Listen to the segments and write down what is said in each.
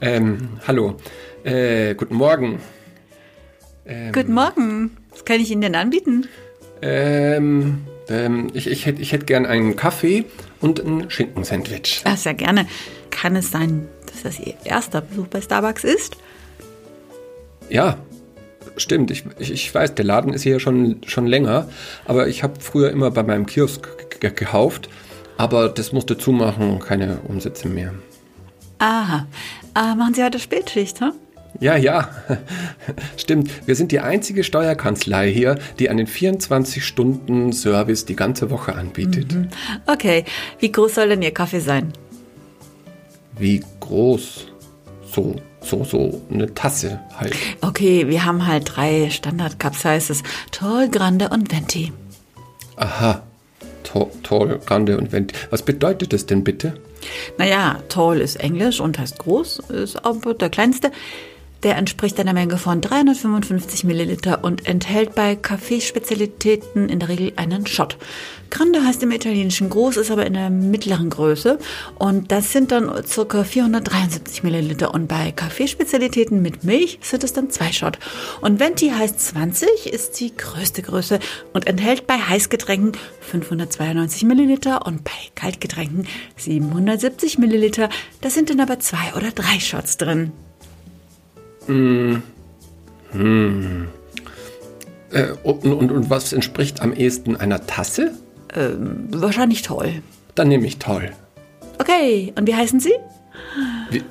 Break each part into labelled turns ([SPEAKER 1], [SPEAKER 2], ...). [SPEAKER 1] Ähm, hallo. Äh, guten Morgen.
[SPEAKER 2] Guten Morgen. Was kann ich Ihnen denn anbieten?
[SPEAKER 1] Ähm, ähm, ich, ich hätte ich hätt gern einen Kaffee und ein Schinkensandwich.
[SPEAKER 2] Ach, sehr gerne. Kann es sein, dass das Ihr erster Besuch bei Starbucks ist?
[SPEAKER 1] Ja, stimmt. Ich, ich, ich weiß, der Laden ist hier schon, schon länger, aber ich habe früher immer bei meinem Kiosk ge- gekauft. Aber das musste zumachen, keine Umsätze mehr.
[SPEAKER 2] Aha. Äh, machen Sie heute Spätschicht, hm?
[SPEAKER 1] Ja, ja, stimmt. Wir sind die einzige Steuerkanzlei hier, die einen 24-Stunden-Service die ganze Woche anbietet.
[SPEAKER 2] Okay. Wie groß soll denn Ihr Kaffee sein?
[SPEAKER 1] Wie groß? So, so, so eine Tasse halt.
[SPEAKER 2] Okay, wir haben halt drei Standard-Cups, heißt es. Tall, Grande und Venti.
[SPEAKER 1] Aha. To- Toll, Grande und Venti. Was bedeutet das denn bitte?
[SPEAKER 2] Naja, Tall ist Englisch und heißt groß, ist aber der kleinste. Der entspricht einer Menge von 355 Milliliter und enthält bei Kaffeespezialitäten in der Regel einen Shot. Grande heißt im Italienischen groß, ist aber in der mittleren Größe und das sind dann ca. 473 Milliliter und bei Kaffeespezialitäten mit Milch sind es dann zwei Shot. Und Venti heißt 20, ist die größte Größe und enthält bei Heißgetränken 592 Milliliter und bei Kaltgetränken 770 Milliliter. Da sind dann aber zwei oder drei Shots drin.
[SPEAKER 1] Äh, und, und, und was entspricht am ehesten einer Tasse?
[SPEAKER 2] Wahrscheinlich toll.
[SPEAKER 1] Dann nehme ich toll.
[SPEAKER 2] Okay, und wie heißen Sie?
[SPEAKER 1] Wie,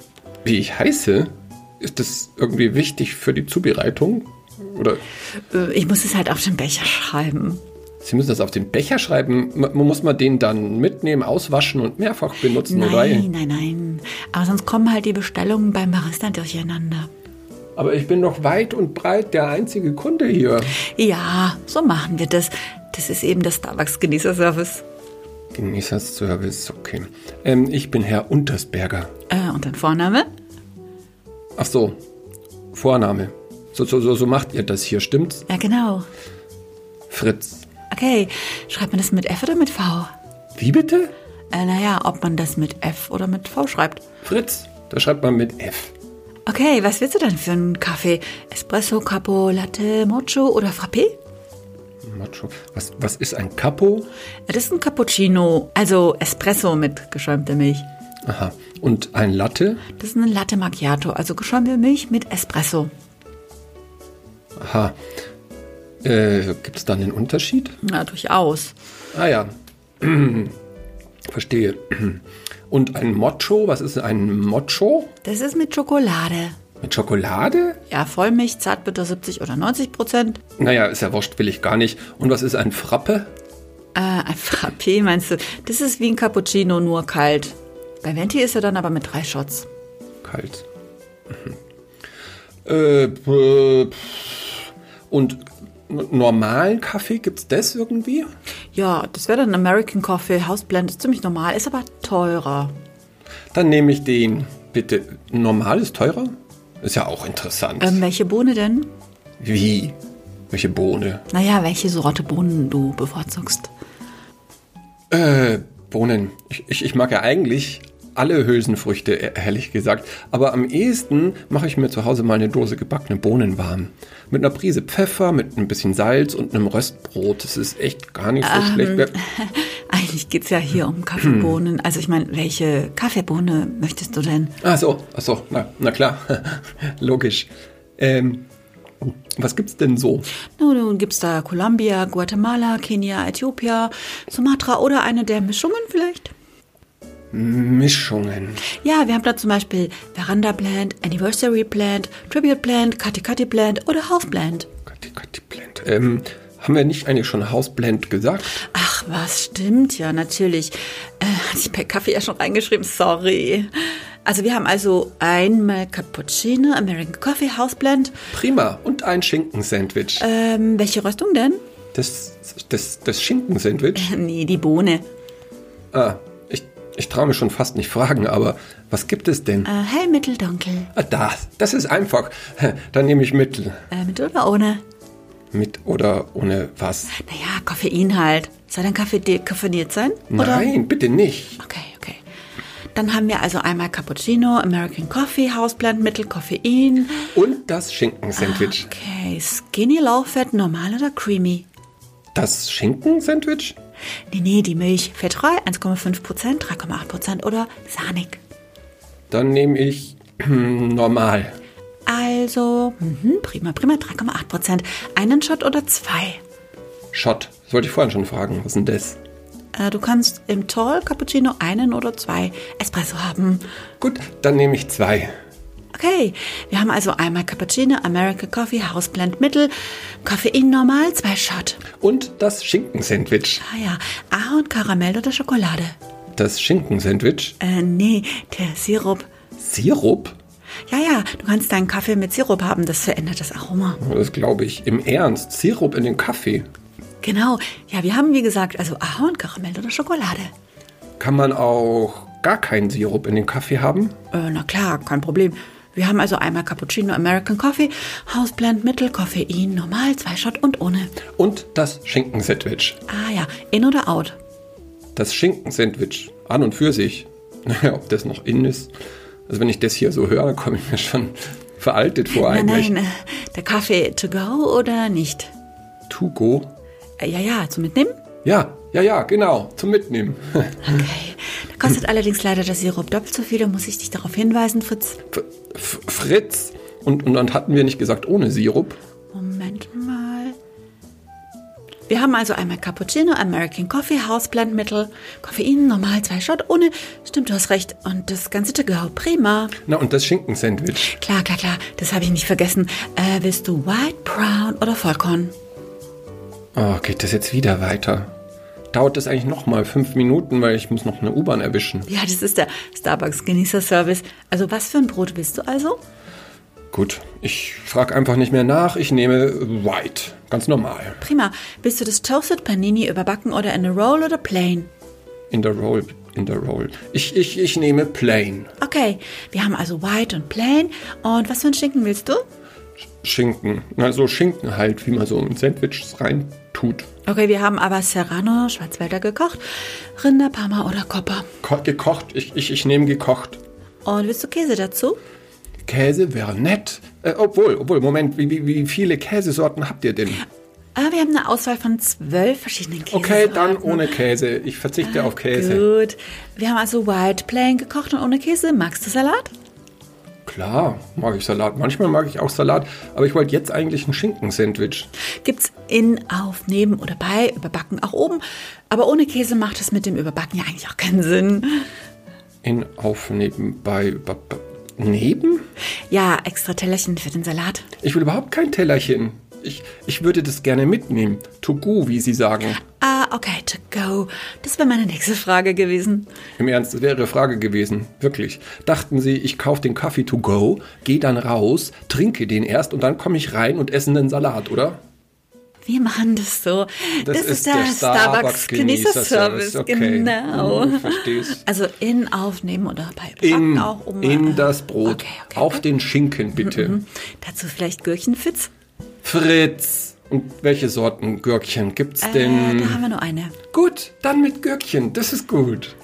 [SPEAKER 1] wie ich heiße? Ist das irgendwie wichtig für die Zubereitung? Oder
[SPEAKER 2] Äh, Ich muss es halt auf den Becher schreiben.
[SPEAKER 1] Sie müssen das auf den Becher schreiben? Man man muss man den dann mitnehmen, auswaschen und mehrfach benutzen,
[SPEAKER 2] Nein,
[SPEAKER 1] oder?
[SPEAKER 2] nein, nein. Aber sonst kommen halt die Bestellungen beim Barista durcheinander.
[SPEAKER 1] Aber ich bin doch weit und breit der einzige Kunde hier.
[SPEAKER 2] Ja, so machen wir das. Das ist eben der Starbucks-Genießerservice.
[SPEAKER 1] Genießerservice, okay. Ähm, ich bin Herr Untersberger.
[SPEAKER 2] Äh, und dann Vorname?
[SPEAKER 1] Ach so, Vorname. So, so, so, so macht ihr das hier, stimmt's?
[SPEAKER 2] Ja, genau.
[SPEAKER 1] Fritz.
[SPEAKER 2] Okay, schreibt man das mit F oder mit V?
[SPEAKER 1] Wie bitte?
[SPEAKER 2] Äh, naja, ob man das mit F oder mit V schreibt.
[SPEAKER 1] Fritz. Da schreibt man mit F.
[SPEAKER 2] Okay, was willst du denn für einen Kaffee? Espresso, Capo, Latte, Mocho oder Frappé?
[SPEAKER 1] Macho. Was, was ist ein Capo?
[SPEAKER 2] Das ist ein Cappuccino, also Espresso mit geschäumter Milch.
[SPEAKER 1] Aha. Und ein Latte?
[SPEAKER 2] Das ist ein Latte Macchiato, also geschäumte Milch mit Espresso.
[SPEAKER 1] Aha. Äh, Gibt es da einen Unterschied?
[SPEAKER 2] Na, durchaus.
[SPEAKER 1] Ah ja. Verstehe. Und ein Mocho? Was ist ein Mocho?
[SPEAKER 2] Das ist mit Schokolade.
[SPEAKER 1] Mit Schokolade?
[SPEAKER 2] Ja, Vollmilch, Zartbitter 70 oder 90 Prozent.
[SPEAKER 1] Naja, ist ja wurscht, will ich gar nicht. Und was ist ein Frappe?
[SPEAKER 2] Äh, ein Frappé meinst du? Das ist wie ein Cappuccino, nur kalt. Bei Venti ist er dann aber mit drei Shots.
[SPEAKER 1] Kalt. Mhm. Äh, p- pff. und n- normalen Kaffee, gibt's das irgendwie?
[SPEAKER 2] Ja, das wäre dann American Coffee, House Blend, ist ziemlich normal, ist aber teurer.
[SPEAKER 1] Dann nehme ich den, bitte. Normal ist teurer? Ist ja auch interessant.
[SPEAKER 2] Ähm, welche Bohne denn?
[SPEAKER 1] Wie? Welche Bohne?
[SPEAKER 2] Naja, welche Sorte Bohnen du bevorzugst.
[SPEAKER 1] Äh, Bohnen. Ich, ich, ich mag ja eigentlich alle Hülsenfrüchte, e- ehrlich gesagt. Aber am ehesten mache ich mir zu Hause mal eine Dose gebackene Bohnen warm. Mit einer Prise Pfeffer, mit ein bisschen Salz und einem Röstbrot. Das ist echt gar nicht so schlecht. Wer-
[SPEAKER 2] Eigentlich geht's ja hier um Kaffeebohnen. Also ich meine, welche Kaffeebohne möchtest du denn?
[SPEAKER 1] Ach so, ach so, na, na klar. Logisch. Ähm, was gibt's denn so?
[SPEAKER 2] Nun, nun gibt's da Columbia, Guatemala, Kenia, Äthiopia, Sumatra oder eine der Mischungen vielleicht?
[SPEAKER 1] Mischungen.
[SPEAKER 2] Ja, wir haben da zum Beispiel Veranda Blend, Anniversary Blend, Tribute Blend, Kati Kati Blend oder Half Blend.
[SPEAKER 1] Kati, Kati, Blend. Ähm, haben wir nicht eigentlich schon Hausblend gesagt?
[SPEAKER 2] Ach was, stimmt ja, natürlich. Äh, hatte ich bei Kaffee ja schon reingeschrieben, sorry. Also wir haben also einmal Cappuccino, American Coffee, House Blend.
[SPEAKER 1] Prima. Und ein Schinkensandwich.
[SPEAKER 2] Ähm, welche Röstung denn?
[SPEAKER 1] Das, das, das Schinkensandwich?
[SPEAKER 2] Nee, die Bohne.
[SPEAKER 1] Ah, ich, ich traue mir schon fast nicht fragen, aber was gibt es denn?
[SPEAKER 2] Äh, hell, mittel, dunkel.
[SPEAKER 1] Ah, das, das ist einfach. Dann nehme ich mittel.
[SPEAKER 2] Äh, mit oder ohne?
[SPEAKER 1] Mit oder ohne was?
[SPEAKER 2] Naja, Koffein halt. Soll dein Kaffee de- koffeiniert sein? Oder?
[SPEAKER 1] Nein, bitte nicht.
[SPEAKER 2] Okay, okay. Dann haben wir also einmal Cappuccino, American Coffee, Hausblendmittel, Koffein.
[SPEAKER 1] Und das Schinkensandwich.
[SPEAKER 2] Okay, Skinny Lauchfett, normal oder creamy?
[SPEAKER 1] Das Schinkensandwich?
[SPEAKER 2] Nee, nee, die Milch. Fettreu 1,5%, 3,8% oder sahnig.
[SPEAKER 1] Dann nehme ich normal.
[SPEAKER 2] Also, mhm, prima, prima, 3,8%. Einen Shot oder zwei?
[SPEAKER 1] Shot. Das wollte ich vorhin schon fragen. Was ist denn das?
[SPEAKER 2] Äh, Du kannst im Tall Cappuccino einen oder zwei Espresso haben.
[SPEAKER 1] Gut, dann nehme ich zwei.
[SPEAKER 2] Okay, wir haben also einmal Cappuccino, American Coffee, Hausblend Mittel, Koffein normal, zwei Shot.
[SPEAKER 1] Und das Schinkensandwich.
[SPEAKER 2] Ah ja, Ahorn, Karamell oder Schokolade?
[SPEAKER 1] Das Schinkensandwich.
[SPEAKER 2] Äh, nee, der Sirup.
[SPEAKER 1] Sirup?
[SPEAKER 2] Ja, ja, du kannst deinen Kaffee mit Sirup haben, das verändert das Aroma.
[SPEAKER 1] Das glaube ich. Im Ernst. Sirup in den Kaffee.
[SPEAKER 2] Genau, ja, wir haben wie gesagt also Ahorn, Karamell oder Schokolade.
[SPEAKER 1] Kann man auch gar keinen Sirup in den Kaffee haben?
[SPEAKER 2] Äh, na klar, kein Problem. Wir haben also einmal Cappuccino, American Coffee, Hausblend, Mittel, Koffein, normal, zwei Shot und ohne.
[SPEAKER 1] Und das Schinkensandwich.
[SPEAKER 2] Ah ja, in oder out?
[SPEAKER 1] Das Schinkensandwich. An und für sich. Naja, ob das noch in ist. Also wenn ich das hier so höre, komme ich mir schon veraltet vor
[SPEAKER 2] Nein,
[SPEAKER 1] eigentlich.
[SPEAKER 2] nein, äh, der Kaffee to go oder nicht?
[SPEAKER 1] To go.
[SPEAKER 2] Äh, ja, ja, zum Mitnehmen?
[SPEAKER 1] Ja, ja, ja, genau. Zum Mitnehmen.
[SPEAKER 2] Okay. Da kostet allerdings leider der Sirup doppelt so viel, da muss ich dich darauf hinweisen, Fritz.
[SPEAKER 1] F F Fritz. Und, und dann hatten wir nicht gesagt ohne Sirup.
[SPEAKER 2] Moment mal. Wir haben also einmal Cappuccino, American Coffee, Hausblendmittel, Koffein, normal zwei Shot ohne. Stimmt, du hast recht. Und das ganze to go, prima.
[SPEAKER 1] Na, und das Schinkensandwich.
[SPEAKER 2] Klar, klar, klar, das habe ich nicht vergessen. Äh, willst du White, Brown oder Vollkorn?
[SPEAKER 1] Oh, geht das jetzt wieder weiter? Dauert das eigentlich nochmal fünf Minuten, weil ich muss noch eine U-Bahn erwischen.
[SPEAKER 2] Ja, das ist der Starbucks Genießer Service. Also was für ein Brot willst du also?
[SPEAKER 1] Gut, ich frage einfach nicht mehr nach. Ich nehme White. Ganz normal.
[SPEAKER 2] Prima. Willst du das Toasted Panini überbacken oder in a Roll oder plain?
[SPEAKER 1] In der Roll. In der Roll. Ich, ich, ich nehme Plain.
[SPEAKER 2] Okay, wir haben also White und Plain. Und was für einen Schinken willst du?
[SPEAKER 1] Schinken. Na, so Schinken halt, wie man so in Sandwiches rein tut.
[SPEAKER 2] Okay, wir haben aber Serrano, Schwarzwälder gekocht, Rinder, Parma oder Kopper.
[SPEAKER 1] Ko gekocht. Ich, ich, ich nehme gekocht.
[SPEAKER 2] Und willst du Käse dazu?
[SPEAKER 1] Käse wäre nett. Äh, obwohl, obwohl, Moment, wie, wie, wie viele Käsesorten habt ihr denn?
[SPEAKER 2] Ah, wir haben eine Auswahl von zwölf verschiedenen Käse. ne? Ah,
[SPEAKER 1] Okay, dann ohne Käse. Ich verzichte auf Käse.
[SPEAKER 2] Gut. Wir haben also White, Plain gekocht und ohne Käse. Magst du Salat?
[SPEAKER 1] Klar, mag ich Salat. Manchmal mag ich auch Salat, aber ich wollte jetzt eigentlich ein Schinkensandwich.
[SPEAKER 2] Gibt's in, auf, neben oder bei, überbacken auch oben. Aber ohne Käse macht es mit dem Überbacken ja eigentlich auch keinen Sinn.
[SPEAKER 1] In, auf, nebenbei, über, be- neben?
[SPEAKER 2] Ja, extra Tellerchen für den Salat.
[SPEAKER 1] Ich will überhaupt kein Tellerchen. Ich, ich würde das gerne mitnehmen. To go, wie Sie sagen.
[SPEAKER 2] Ah, okay, to go. Das wäre meine nächste Frage gewesen.
[SPEAKER 1] Im Ernst, das wäre Ihre Frage gewesen. Wirklich. Dachten Sie, ich kaufe den Kaffee to go, gehe dann raus, trinke den erst und dann komme ich rein und esse einen Salat, oder?
[SPEAKER 2] Wir machen das so.
[SPEAKER 1] Das ist der Starbucks-Genießer-Service,
[SPEAKER 2] Genießer-Service,
[SPEAKER 1] okay.
[SPEAKER 2] Genau.
[SPEAKER 1] Hm, versteh's.
[SPEAKER 2] Also in aufnehmen oder bei Backen
[SPEAKER 1] In,
[SPEAKER 2] auch um.
[SPEAKER 1] in das Brot.
[SPEAKER 2] Okay, okay,
[SPEAKER 1] Auf
[SPEAKER 2] okay. Mhm,
[SPEAKER 1] den Schinken, bitte.
[SPEAKER 2] Dazu vielleicht Gürkchenfitz.
[SPEAKER 1] Fritz. Und welche Sorten Gürkchen gibt's
[SPEAKER 2] Äh,
[SPEAKER 1] denn?
[SPEAKER 2] da haben wir nur eine.
[SPEAKER 1] Gut, dann mit Gürkchen. Das ist gut.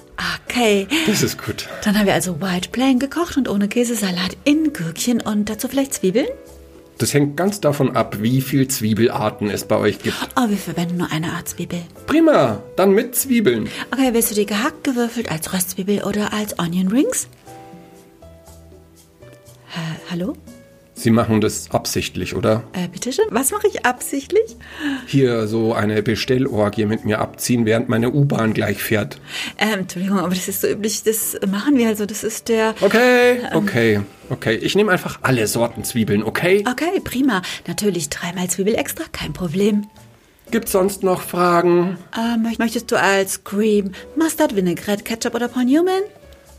[SPEAKER 2] Okay.
[SPEAKER 1] Das ist gut.
[SPEAKER 2] Dann haben wir also White Plain gekocht und ohne Käse Salat in Gürkchen und dazu vielleicht Zwiebeln.
[SPEAKER 1] Das hängt ganz davon ab, wie viel Zwiebelarten es bei euch gibt.
[SPEAKER 2] Oh, wir verwenden nur eine Art Zwiebel.
[SPEAKER 1] Prima, dann mit Zwiebeln.
[SPEAKER 2] Okay, willst du die gehackt, gewürfelt als Röstzwiebel oder als Onion Rings? Hä, hallo?
[SPEAKER 1] Sie machen das absichtlich, oder?
[SPEAKER 2] Äh, bitte schön. Was mache ich absichtlich?
[SPEAKER 1] Hier so eine Bestellorgie mit mir abziehen, während meine U-Bahn gleich fährt.
[SPEAKER 2] Ähm, Entschuldigung, aber das ist so üblich. Das machen wir also. Das ist der.
[SPEAKER 1] Okay,
[SPEAKER 2] Ähm.
[SPEAKER 1] okay, okay. Ich nehme einfach alle Sorten Zwiebeln, okay?
[SPEAKER 2] Okay, prima. Natürlich dreimal Zwiebel extra, kein Problem.
[SPEAKER 1] Gibt's sonst noch Fragen?
[SPEAKER 2] Äh, möcht- möchtest du als Cream, Mustard, Vinaigrette, Ketchup oder Paul Newman?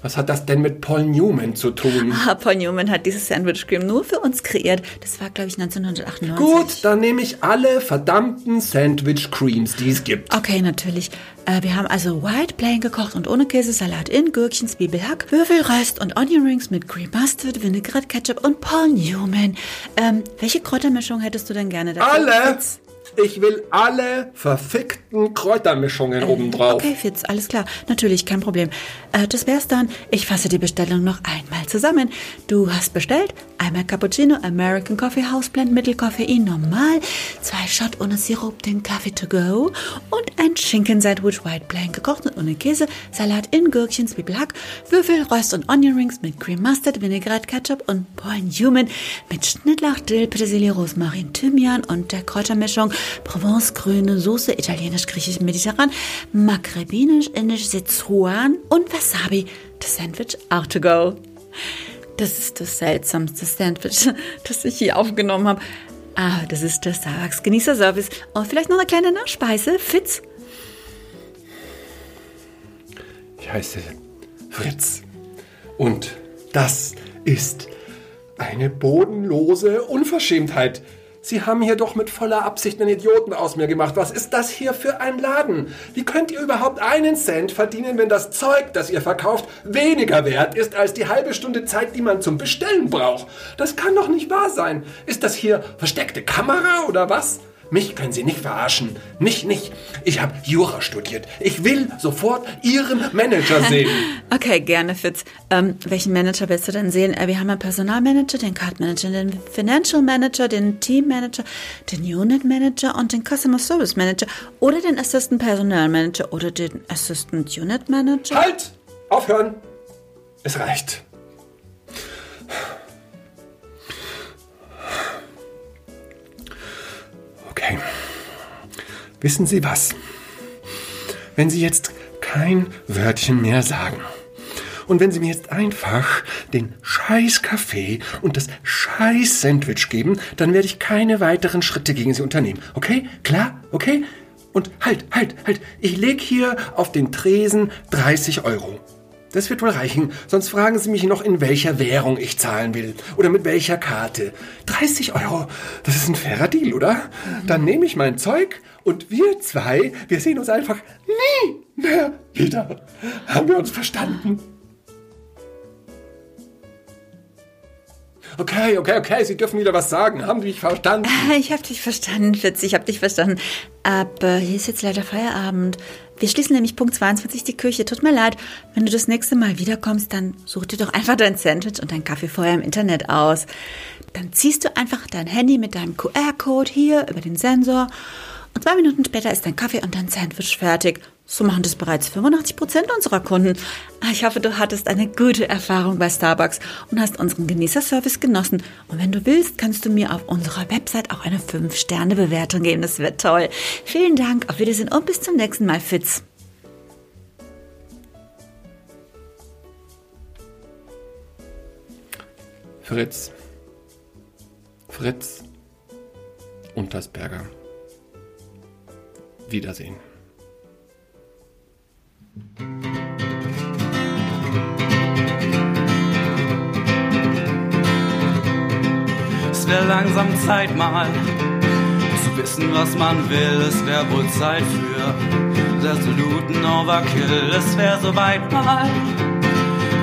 [SPEAKER 1] Was hat das denn mit Paul Newman zu tun?
[SPEAKER 2] Ah, Paul Newman hat dieses Sandwich Cream nur für uns kreiert. Das war, glaube ich, 1998.
[SPEAKER 1] Gut, dann nehme ich alle verdammten Sandwich Creams, die es gibt.
[SPEAKER 2] Okay, natürlich. Äh, wir haben also White Plain gekocht und ohne Käse Salat in Gürkchen, Zwiebelhack, Würfelröst und Onion Rings mit Cream Mustard, Vinaigrette, Ketchup und Paul Newman. Ähm, welche Kräutermischung hättest du denn gerne dazu?
[SPEAKER 1] Alle! Ich will alle verfickten Kräutermischungen obendrauf.
[SPEAKER 2] Okay, Fitz, alles klar. Natürlich, kein Problem. Äh, das wär's dann. Ich fasse die Bestellung noch einmal zusammen. Du hast bestellt einmal Cappuccino, American Coffee House Blend, Mittelkoffein, normal, zwei Shot ohne Sirup, den Kaffee to go und ein Schinken-Sandwich White Plain, gekocht und ohne Käse, Salat in Gürkchen, Zwiebelhack, Würfel, Röst und Onion Rings mit Cream Mustard, Vinaigrette, Ketchup und Pollen Human mit Schnittlauch, Dill, Petersilie, Rosmarin, Thymian und der Kräutermischung, Provence, grüne Soße, italienisch, griechisch, mediterran, maghrebinisch, indisch, Sichuan und Wasabi. Das Sandwich auch to go. Das ist das seltsamste Sandwich, das ich hier aufgenommen habe. Ah, das ist der Starbucks Genießerservice. Und vielleicht noch eine kleine Nachspeise. Fitz?
[SPEAKER 1] Ich heiße Fritz. Und das ist eine bodenlose Unverschämtheit. Sie haben hier doch mit voller Absicht einen Idioten aus mir gemacht. Was ist das hier für ein Laden? Wie könnt ihr überhaupt einen Cent verdienen, wenn das Zeug, das ihr verkauft, weniger wert ist als die halbe Stunde Zeit, die man zum Bestellen braucht? Das kann doch nicht wahr sein. Ist das hier versteckte Kamera oder was? Mich können Sie nicht verarschen. Mich nicht. Ich habe Jura studiert. Ich will sofort Ihren Manager sehen.
[SPEAKER 2] Okay, gerne, Fitz. Ähm, welchen Manager willst du denn sehen? Äh, wir haben einen Personalmanager, den Card Manager, den Financial Manager, den Team Manager, den Unit Manager und den Customer Service Manager oder den Assistant Personal Manager oder den Assistant Unit Manager.
[SPEAKER 1] Halt! Aufhören! Es reicht. Okay. Wissen Sie was? Wenn Sie jetzt kein Wörtchen mehr sagen und wenn Sie mir jetzt einfach den scheiß Kaffee und das scheiß Sandwich geben, dann werde ich keine weiteren Schritte gegen Sie unternehmen. Okay? Klar? Okay? Und halt, halt, halt. Ich leg hier auf den Tresen 30 Euro. Das wird wohl reichen, sonst fragen Sie mich noch, in welcher Währung ich zahlen will oder mit welcher Karte. 30 Euro, das ist ein fairer Deal, oder? Dann nehme ich mein Zeug und wir zwei, wir sehen uns einfach nie mehr wieder. Haben wir uns verstanden? Okay, okay, okay, Sie dürfen wieder was sagen. Haben Sie mich verstanden?
[SPEAKER 2] Ah, Ich habe dich verstanden, Fitz, ich habe dich verstanden. Aber hier ist jetzt leider Feierabend. Wir schließen nämlich Punkt 22 die Kirche. Tut mir leid, wenn du das nächste Mal wiederkommst, dann such dir doch einfach dein Sandwich und dein Kaffee vorher im Internet aus. Dann ziehst du einfach dein Handy mit deinem QR-Code hier über den Sensor und zwei Minuten später ist dein Kaffee und dein Sandwich fertig. So machen das bereits 85 Prozent unserer Kunden. Ah, Ich hoffe, du hattest eine gute Erfahrung bei Starbucks und hast unseren Genießerservice genossen. Und wenn du willst, kannst du mir auf unserer Website auch eine 5-Sterne-Bewertung geben. Das wird toll. Vielen Dank, auf Wiedersehen und bis zum nächsten Mal, Fitz.
[SPEAKER 1] Fritz. Fritz. Untersberger. Wiedersehen.
[SPEAKER 3] Es wäre langsam Zeit mal zu wissen, was man will. Es wäre wohl Zeit für resoluten Overkill. Es wäre soweit mal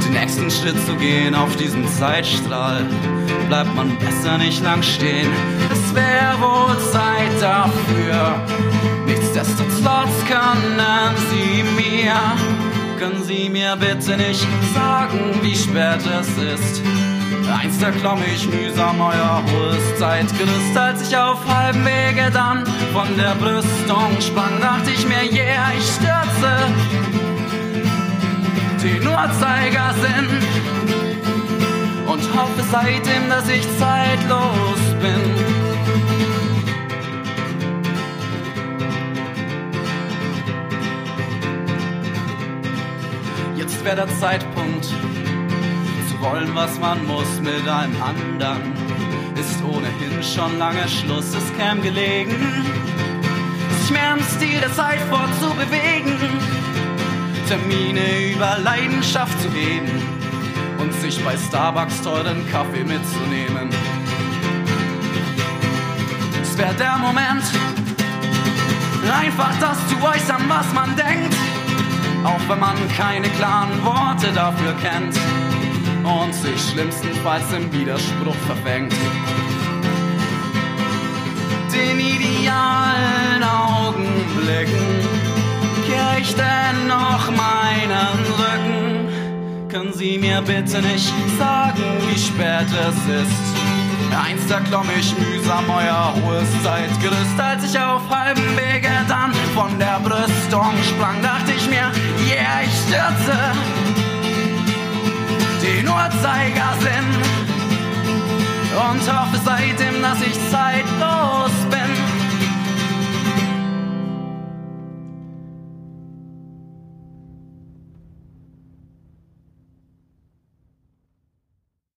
[SPEAKER 3] den nächsten Schritt zu gehen auf diesem Zeitstrahl. Bleibt man besser nicht lang stehen. Es wäre wohl Zeit dafür. Nichtsdestotrotz können Sie mir, können Sie mir bitte nicht sagen, wie spät es ist. Einst erklomm ich mühsam euer hohes Zeitgerüst, als ich auf halbem Wege dann von der Brüstung sprang, dachte ich mir, yeah, ich stürze den Uhrzeigersinn und hoffe seitdem, dass ich zeitlos bin. Jetzt wäre der Zeitpunkt zu wollen, was man muss mit einem anderen. Ist ohnehin schon lange Schluss, es käm gelegen, sich mehr im Stil der Zeit fortzubewegen. Termine über Leidenschaft zu reden und sich bei Starbucks teuren Kaffee mitzunehmen. Es wäre der Moment, einfach das zu äußern, was man denkt auch wenn man keine klaren Worte dafür kennt und sich schlimmstenfalls im Widerspruch verfängt. den idealen Augenblicken kehr ich denn noch meinen Rücken? Können Sie mir bitte nicht sagen, wie spät es ist? Einst da klomm ich mühsam euer hohes Zeitgerüst, als ich auf halbem Wege dann von der Brüstung sprang, dachte ich mir, yeah, ich stürze den Uhrzeigersinn und hoffe seitdem, dass ich Zeit brauche